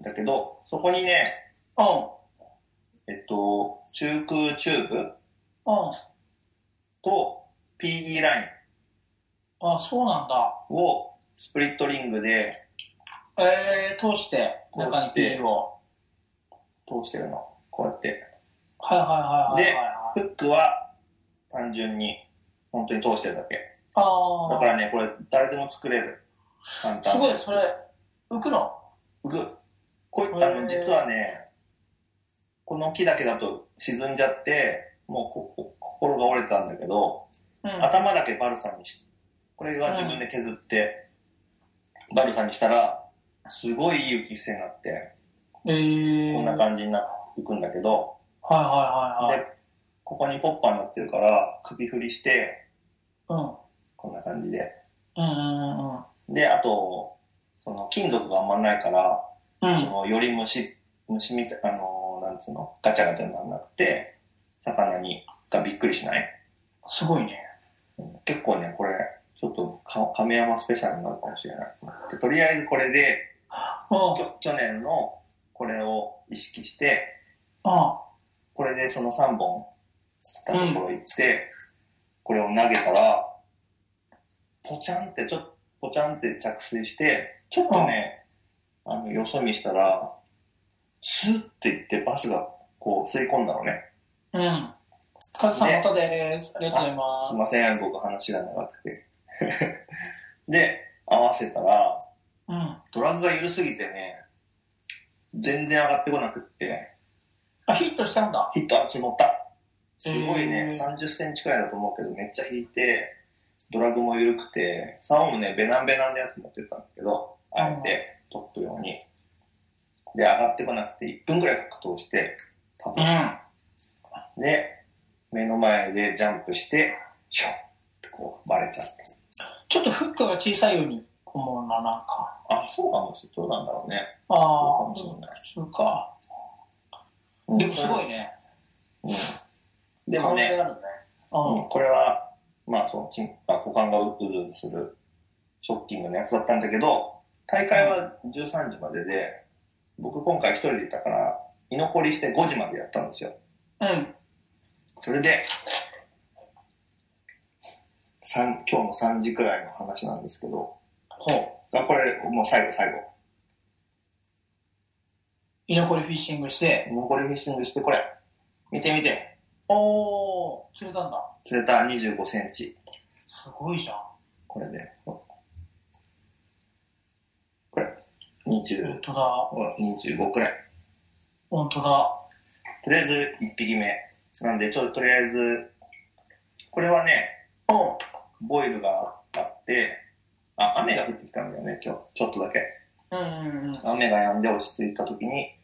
C: んだけど、そこにね、
D: おう
C: えっと、中空チューブ
D: おう
C: と PE ライ
D: ああ、そうなんだ。
C: ンをスプリットリングで
D: ええー、通して、
C: 通して
D: 中にピールを。
C: 通してるの。こうやって。
D: はいはいはいはい、はい。
C: フックは単純に本当に通してるだけ。だ
D: あ
C: からね、これ誰でも作れる。簡
D: あ、
C: 単
D: すご
C: で
D: い、それ、浮くの
C: ぐこういっ
D: へ
C: た
D: ー
C: の実はねこの木だけだと沈んじゃってもうここ心が折れたんだけど、
D: うん。
C: 頭だけバルサにしこれは自分で削って、バルサにしたらすごいいい浮き姿勢になって
D: ええー。
C: こんな感じになっていくんだけど、
D: はいはいはいはい。
C: でここにポッパーになってるから首振りして
D: うん。
C: こんな感じで
D: うんうんうん。
C: であとその金属があんまないから
D: う
C: あ
D: ん。
C: のより虫、虫みたい、あのー、なんつうの、ガチャガチャにならなくて、魚に、がびっくりしない。
D: すごいね。
C: うん結構ね、これ、ちょっとか、亀山スペシャルになるかもしれない。でとりあえずこれで、
D: うん。
C: きょ去年のこれを意識して、
D: あ
C: これでその3本、釣ったところ行って、これを投げたら、ポチャンって、ちょっと、ポチャンって着水して、ちょっとね、あの、よそ見したら、スッって言ってバスがこう、吸い込んだのね。
D: うん。カズさん、またです。ありが
C: すい
D: とうござい
C: ま
D: ます。
C: せん、僕話が長くて。 [laughs] で、合わせたら、
D: うん。
C: ドラッグが緩すぎてね、全然上がってこなくって、
D: あ、ヒットしたんだ。
C: ヒットあっち乗った。すごいね、
D: へ
C: 30センチくらいだと思うけど、めっちゃ引いて、ドラッグも緩くて、サオもね、ベナンベナンのやつ持ってったんだけど、あえてトップ用に。で、上がってこなくて、1分くらい格闘して、多
D: う
C: 分。
D: ん。
C: で、目の前でジャンプして、シュッってこう、バレちゃって。
D: ちょっとフックが小さいように思うな、なんか。
C: あ、そうかもしれない。どうなんだろうね。
D: あ
C: そ
D: あ
C: う、かもしれない。
D: そうか。でもすごいね。
C: うん。でも
D: 可能性
C: ね、
D: あるね。
C: うん、これは、まあ、その、ちんまあ股間がうずうずする、ショッキングなやつだったんだけど、大会は13時までで、僕今回一人でいたから、居残りして5時までやったんですよ。
D: うん。うん。
C: それで、三今日の3時くらいの話なんですけど、ほう。あこれ、もう最後、最後。
D: 居残りフィッシングして、
C: 居残りフィッシングして、これ。見て見て。
D: おー、釣れたんだ。
C: 釣れた25センチ。
D: すごいじゃん。
C: これで。これ。20
D: 本、当だ。
C: 25くらい。
D: 本当だ。
C: とりあえず1匹目。なんで、ちょっととりあえず、これはね、
D: お
C: ボイルがあって、あ、雨が降ってきたんだよね、今日。ちょっとだけ。
D: うんうんうん。
C: 雨が止んで落ち着いた時に、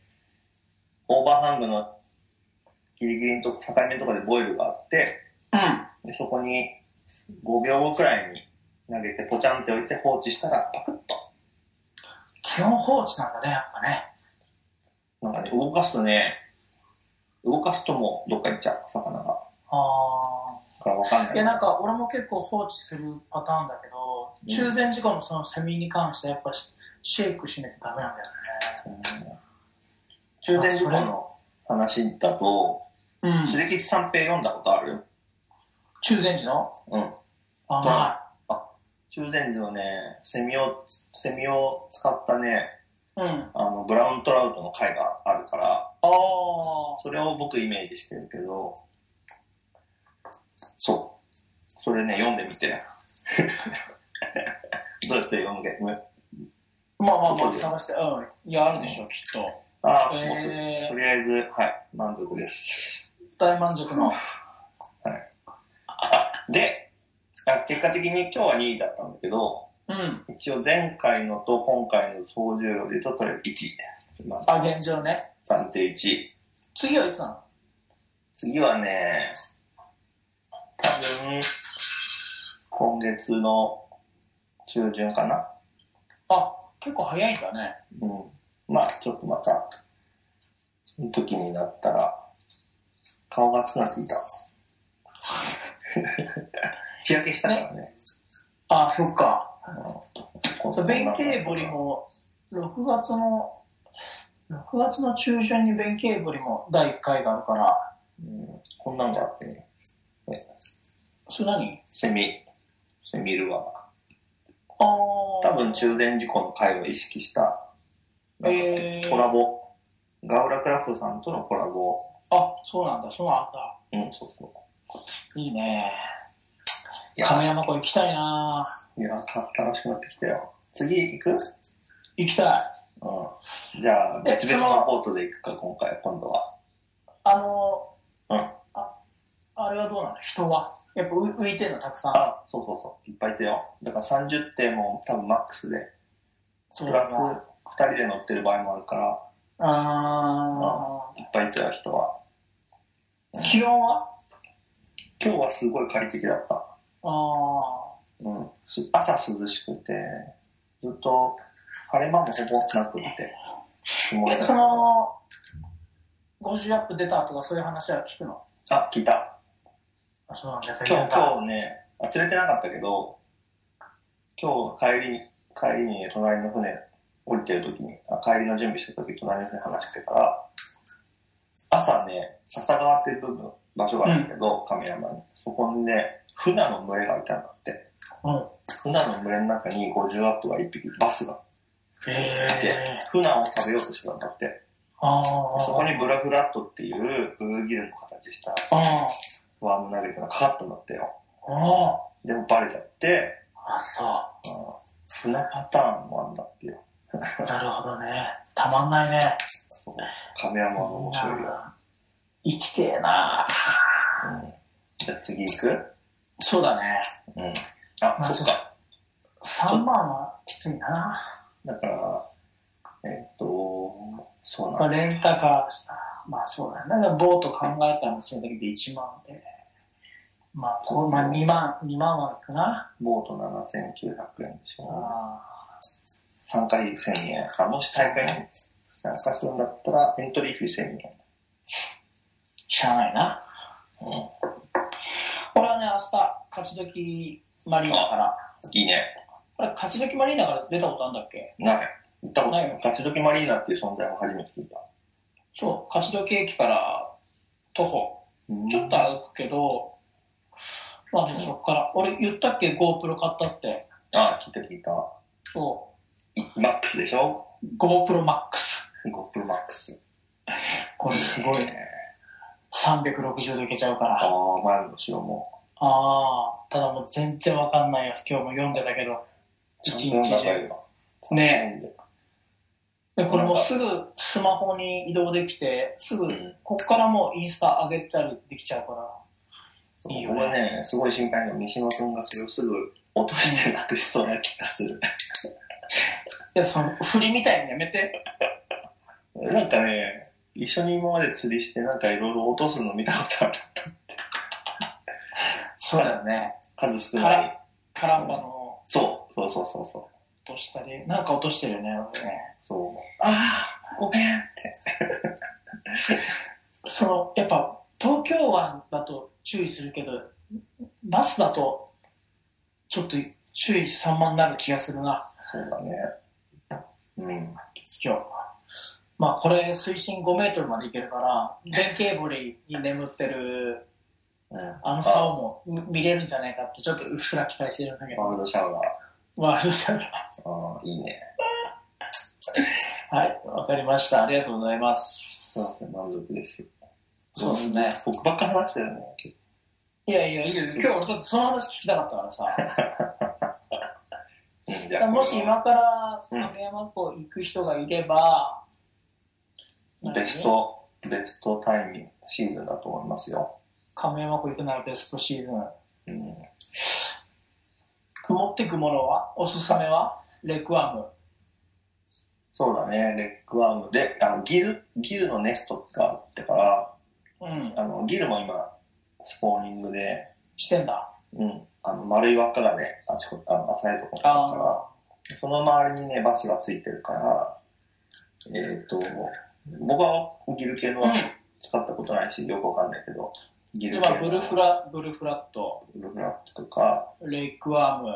C: オーバーハングのギリギリのとこ、境目のところでボイルがあって、でそこに5秒後くらいに投げて、ポチャンって置いて放置したら、パクッと
D: 基本放置なんだね、やっぱ
C: な
D: ね。
C: んかね、動かすとね、動かすともうどっか行っちゃう、魚が。だ
D: あ
C: からわかんな
D: あ。
C: い。
D: いや、なんか俺も結構放置するパターンだけど、
C: ん
D: 中禅寺湖のそのセミに関してはやっぱしシェイクしなきゃダメなんだよ
C: うん中禅寺湖の話だと、
D: ね。うん。
C: 鶴吉三平読んだことある
D: 中禅寺の
C: うん。
D: あ、な
C: 中禅寺のね、セミを、セミを使ったね、
D: い。うん。
C: あの、ブラウントラウトの貝があるから、
D: ああ。
C: それを僕イメージしてるけど、そう。それね、読んでみて。 [laughs] どうやって読むけ
D: まあまあまあ、探して。うん。いや、あるでしょ、きっと。
C: ああ、もうすぐ
D: え
C: と
D: ー、
C: りあえず、はい、満足です。
D: 大満足の。
C: で、あ結果的に今日は2位だったんだけど、
D: うん。
C: 一応前回のと今回の総重量で言うと、とりあえず1位です。まあ、
D: あ、現状ね。
C: 暫定1位。
D: 次はいつなの
C: 次はね、多分、今月の中旬かな。
D: あ、結構早いんだね。
C: うん。まあ、ちょっとまた、その時になったら、顔が熱くなってきた。 [laughs] 日焼けしたからね。
D: あ、そっか。
C: うん
D: そう、弁慶堀。も、6月の、6月の中旬に弁慶堀も第1回があるから、
C: うんこんなんがあってね。
D: それ何
C: セミ、セミルは。
D: あー
C: 多分中電事故の回を意識した、
D: えー
C: コラボ。ガウラクラフトさんとのコラボ。
D: あ、そうなんだ、そうなんだ。
C: うん、そうそ
D: いいね。
C: う。い
D: 亀
C: や、
D: 山湖行きたいない
C: やか楽しくなってきたよ。次行く
D: 行きたい。
C: うん。じゃあ、
D: え
C: 別々のボートで行くか、今回、今度は。
D: あの、
C: うん
D: ああれはどうなの人は。やっぱ浮浮いてるのたくさん。
C: あ、そうそうそう。いっぱいいたよ。だから30点も多分マックスで。
D: そ
C: プ
D: うだ
C: ラス、2
D: な。
C: 人で乗ってる場合もあるから、
D: あ
C: いっぱいいたよ、人は。
D: ー気温は
C: 今日はすごい快適だった。
D: あ
C: うん、す朝涼しくて、ずっと晴れ間もほぼなくて、曇
D: あ。
C: り
D: え、
C: だ
D: その、50アップ出たとかそういう話は聞くの
C: あ、聞いた。
D: あ、そうなんだ。
C: 今日、今日ね、あ、釣れてなかったけど、今日帰りに、帰りに、ね、隣の船降りてる時に、あ帰りの準備してる時隣の船話してたら、朝ね、笹川っていう部分、場所があるんだけど、亀山に。そこにね、船の群れがいたんだって。
D: うん。
C: 船の群れの中に50アップが1匹、バスが
D: え
C: いて、船を食べようとしてたんだって。
D: ー。あ
C: で
D: あ。
C: そこにブラフラットっていうブルーギルの形した
D: あ
C: ワーム投げたらかかったんだってよ。
D: あ。あ
C: でもバレちゃって、
D: あ。あ、そ
C: あ船パターンもあんだってよ。
D: う。なるほどね。たまんないね。
C: そう亀山は面白いよ。
D: 生きてえな
C: うん、じゃあ次行く
D: そうだね。
C: うん。あ、
D: あ
C: そっか。
D: 3万はきついな。
C: だから、えっと、そう
D: ま
C: な
D: あ、
C: んだ。
D: レンタカーさ、まあそうだね。だからボート考えたらそれだけで1万で。まあ、こうまあ2万、2万はいくな。
C: ボート7900円でしょ。
D: あ
C: 参加費1000円。あ、もし大会に参加するんだったら、エントリー費1000円。
D: ーしゃあないな。
C: う
D: これはね、明日、勝ち時マリーナから。
C: ん。いいね。
D: これ、勝ち時マリーナから出たことあるんだっけ
C: ない。行ったことな
D: ない
C: い
D: よ。
C: ガチドキマリーナっていう存在も初めて聞いた。
D: そう、勝どき駅から徒歩。ちょっと歩くけど、まあでもそっから、俺言ったっけ ?GoPro 買ったって。
C: あ聞いた聞いた。
D: そ
C: いマックスでしょ
D: う、GoPro Max。
C: ?GoPro マックス。
D: これすごいね。
C: ね。
D: 360度いけちゃうか
C: あ
D: ら。
C: あ、前の塩も。
D: ああ、ただもう全然わかんないやつ、今日も読んでたけど。
C: ちゃん
D: 一
C: と
D: 日
C: 仲
D: 中。
C: いいわ。
D: ねで、これもすぐスマホに移動できて、すぐ、
C: ん
D: こっからもうインスタ上げたりできちゃうから。
C: そう
D: いいよ
C: 俺ね、すごい心配なの。三島君がそれをすぐ落としてなくしそうな気がする。 [laughs]
D: いや、その、振りみたいにやめて。
C: なんかね、一緒に今まで釣りして、なんかいろいろ落とすの見たことある。
D: そうだよね。
C: 数少ない。
D: カランバの
C: そう、そうそうそうそう。
D: 落としたり、なんか落としてるよね、俺ね。
C: そう。ああ、ごめんって。
D: [laughs] その、やっぱ、東京湾だと注意するけど、バスだと、ちょっと注意散漫になる気がするな、
C: そうだね。うん。
D: 今日。まあ、これ、水深5メートルまでいけるから、電気エボリに眠ってる、
C: うん。
D: あの竿もみ見れるんじゃないかって、ちょっとうっすら期待してるんだけ
C: ワー
D: ど。
C: ルドシャワー。
D: ワールドシャワー
C: ああ、いいね。
D: はい、わかりました。ありがとうございます。
C: そうですね、満足です。
D: そうですね。
C: 僕ばっか話してるね。
D: いやいや、いいよ。今日俺ちょっとその話聞きたかったからさ。
C: うんじゃ
D: だか
C: あ
D: らもし今から
C: うん
D: 影山湖行く人がいれば、
C: ベスト、ベストタイミング、シーズンだと思いますよ。
D: 亀山湖行くならベストシーズン
C: うん。
D: 曇って曇ろうはおすすめはレクアム
C: そうだね、レッグワームで、あギル、ギルのネストがあってから、
D: うん
C: あの、ギルも今、スポーニングで、
D: してんだ
C: うん、あの、丸い輪っかがね、あちこ、あの、浅いところにある
D: あ
C: から、その周りにね、バスがついてるから、えっ、と、僕はギル系の
D: うん
C: 使ったことないし、よくわかんないけど、ギル系
D: 今ブルフ
C: ッ
D: ラブルフラット
C: ト。ブルフラットとか、
D: レクアム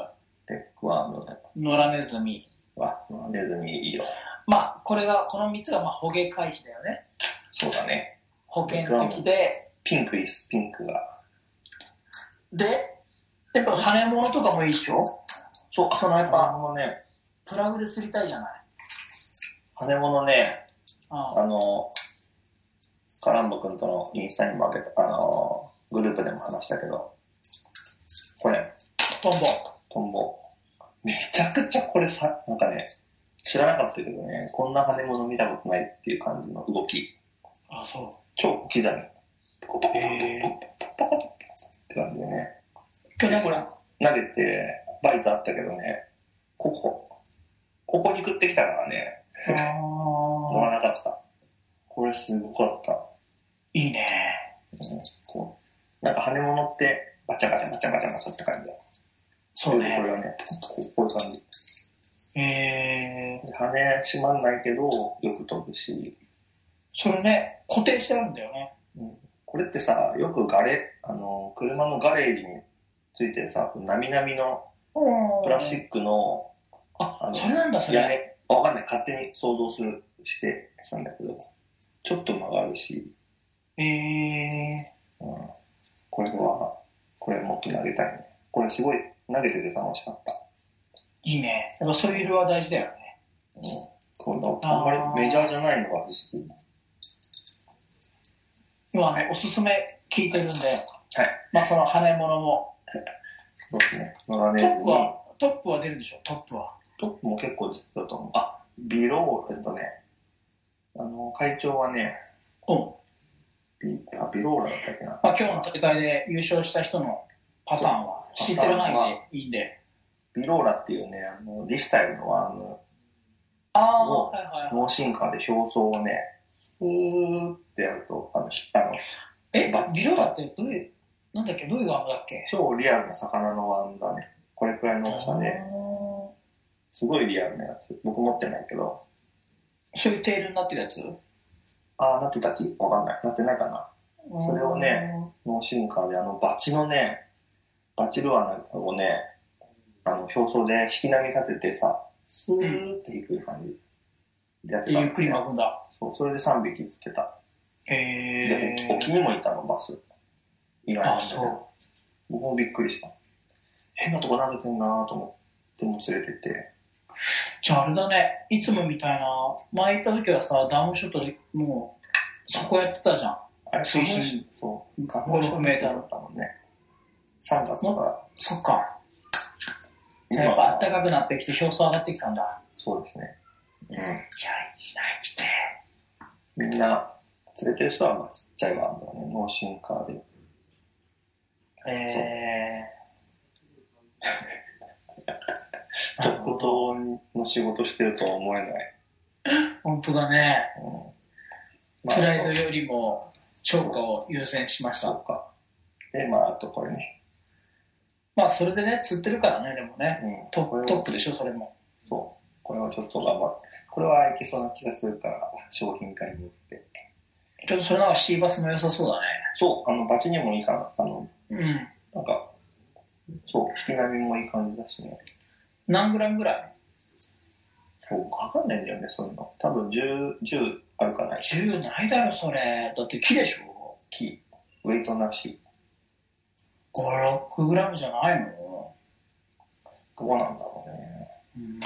C: レッグワーム
D: 野良ネズミ
C: は、まあネズミいいよ。
D: まあこれがこの3つがまあ捕鯨回避だよね
C: そうだね。
D: 保険的で
C: ピンクいす、ピンクが。
D: でやっぱ羽物とかもいいでしょ
C: そう、
D: そのやっ
C: 羽
D: ぱ
C: 物ね、
D: プラグで釣りたいじゃない
C: 羽物ね、
D: あ
C: あの、カランボ君とのインスタにもあげた、あの、グループでも話したけど、これ、
D: トンボ
C: トンボ。めちゃくちゃこれさ、なんかね、知らなかったけどね、こんな羽物見たことないっていう感じの動き。
D: あそ
C: 超小刻み。ポコポコポコポコポコポコ
D: へー
C: ポコって感じでね、
D: う今日ねこれ
C: 投げて、バイトあったけどね、ここ、ここに食ってきたからね、乗
D: ああ
C: らなかった。これすごかった。
D: いいね
C: うんこう、なんか羽物って、バチャバチャバチャバチャバチャって感じだ。
D: そう
C: でこ
D: ね
C: れはね、こうこういう感じ。
D: えー、
C: で羽閉まんないけど、よく飛ぶし、
D: それね固定してるんだよね
C: これってさ、よくガレ、あの、車のガレージについてるさ、なみなみのプ
D: プ
C: ラスチ
D: ク
C: ックの
D: あ
C: あの
D: それなんだそ
C: 屋
D: れ
C: 根、わかんない、勝手に想像する、して、したんだけど、ちょっと曲がるし、
D: えー、
C: うん、これは、これもっと投げたいね。これすごい投げてて楽しかった。
D: いいねやっぱそういう色は大事だよね
C: うん、この
D: あー
C: あんまりメジャーじゃないのが不思議。
D: 今ね、おすすめ聞いてるんで、
C: はい。
D: まあその羽物も、
C: そうですね。のが
D: ト
C: ね、
D: ップは、トップは出るでしょ、トップは。
C: トップも結構出てたと思う。あ、ビロー、えっとね、あの、会長はね、
D: うん。
C: ビあビローラだったっけな。
D: まあ今日の大会で優勝した人のパターンは
C: そう
D: 知ってる範
C: パターン
D: 囲
C: は
D: でいいんで。
C: ビローラっていうね、あの、リスタイルのワンの
D: ああ、
C: もう
D: はいはいはい。
C: 脳進化で表層をね、スーってやると、あの、ひあの
D: え
C: バッ、
D: ビロガってどういう、なんだっけ、どういうワードだっけ
C: 超リアルな魚のワンだね。これくらいの大きさで、すごいリアルなやつ。僕持ってないけど、
D: そういうテールになってるやつ
C: ああ、なってたっけわかんない。なってないかな。それをね、脳進化で、あの、バチのね、バチルアなんかをね、あの、表層で引き投げ立ててさ、スーって引く感じでやってた、
D: ゆっくり巻くんだ。
C: そう、それで3匹つけた。
D: へ
C: で、
D: え。
C: 沖にもいたの、バス。意外
D: あ、
C: でした
D: そう
C: ね。。僕もびっくりした。変なとこ投げてんなと思って、も連れてって。
D: じゃああれだね、いつもみたいな、前行った時はさ、ダムショットでもう、そこやってたじゃん。
C: あれ、
D: 水
C: 水
D: 深
C: 深、そう、
D: 5 6メーター
C: だったもんね。3月とか、
D: そっか。じゃあやっぱ暖かくなってきて、表層上がってきたんだ。い
C: そうですね。う
D: や、いいな、来て。
C: ん。みんな、連れてる人は、まあ、ちっちゃいワンだね。脳進化で。
D: えー。
C: 特等の仕事してるとは思えない。
D: 本当だね。
C: うん。
D: プライドよりも、超過を優先しまし
C: そ
D: た。
C: うか。で、まあ、あとこれね。
D: まあ、それでね、釣ってるからね、でもね。
C: うん。
D: ト
C: これ
D: ッ
C: を
D: プトップでしょ、それも。
C: そう。これはちょっと頑張って。これはいけそうな気がするから、商品化に持って。
D: ちょっとそれなんかシーバスも良さそうだね。
C: そう、あの、バチにもいいかな。あの、
D: うん。
C: なんか、そう、引き波もいい感じだしね。
D: 何グラムぐらい
C: そう、わかんないんだよね、そういうの。多分10、10あるかない。
D: ?10 ないだろ、それ。だって木でしょ
C: キー、ウェイトなし。
D: ?5、6グラムじゃないの
C: どうなんだろうね。
D: うん。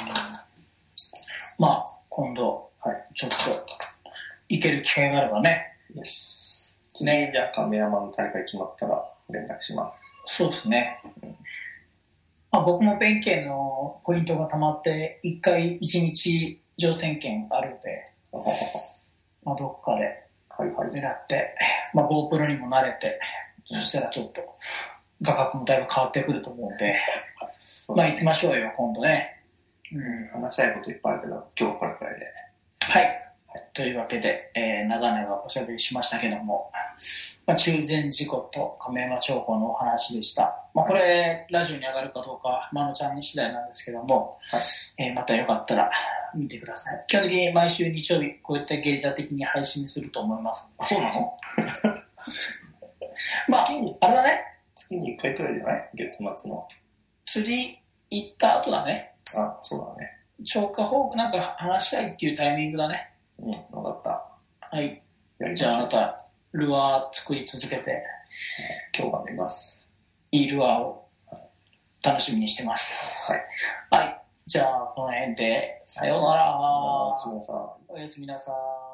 D: まあ、今度、
C: はい
D: ちょっと、行ける機会があればね。
C: よし。ねじゃあ、亀山の大会決まったら連絡します。 [laughs]
D: そうですね。まあ、僕も弁慶のポイントがたまって、1回1日乗船券あるんで、まあ、どっかで
C: はいはい。
D: 狙って、まあ、GoPro にも慣れて、そしたらちょっと画角もだいぶ変わってくると思うんで、まあ行きましょうよ、今度ね。うん、
C: 話したいこといっぱいあるけど、今日はこれくらいで。
D: はい。というわけで、えー長々おしゃべりしましたけども、まあ、中禅事故と亀山町法のお話でした。まあ、これ、ラジオに上がるかどうか、まのちゃんに次第なんですけども、
C: はい
D: えーまたよかったら見てください。基本的に毎週日曜日、こういったゲリラ的に配信すると思います。
C: あ、そうなの
D: まあ
C: 月、に、
D: あれだね。
C: 月に1回くらいじゃない月末の。
D: 釣り行った後だね
C: あ、そうだね。
D: 超過報告なんか話したいっていうタイミングだね
C: うん、わかった。
D: はい
C: やりまし
D: じゃああ
C: ょ
D: な
C: う。
D: たルアー作り続けて
C: 今日は寝ます。
D: いいルアーを楽しみにしてます
C: はい。
D: はいじゃあこの辺でさようなら
C: ああ、すみません。
D: おやすみなさい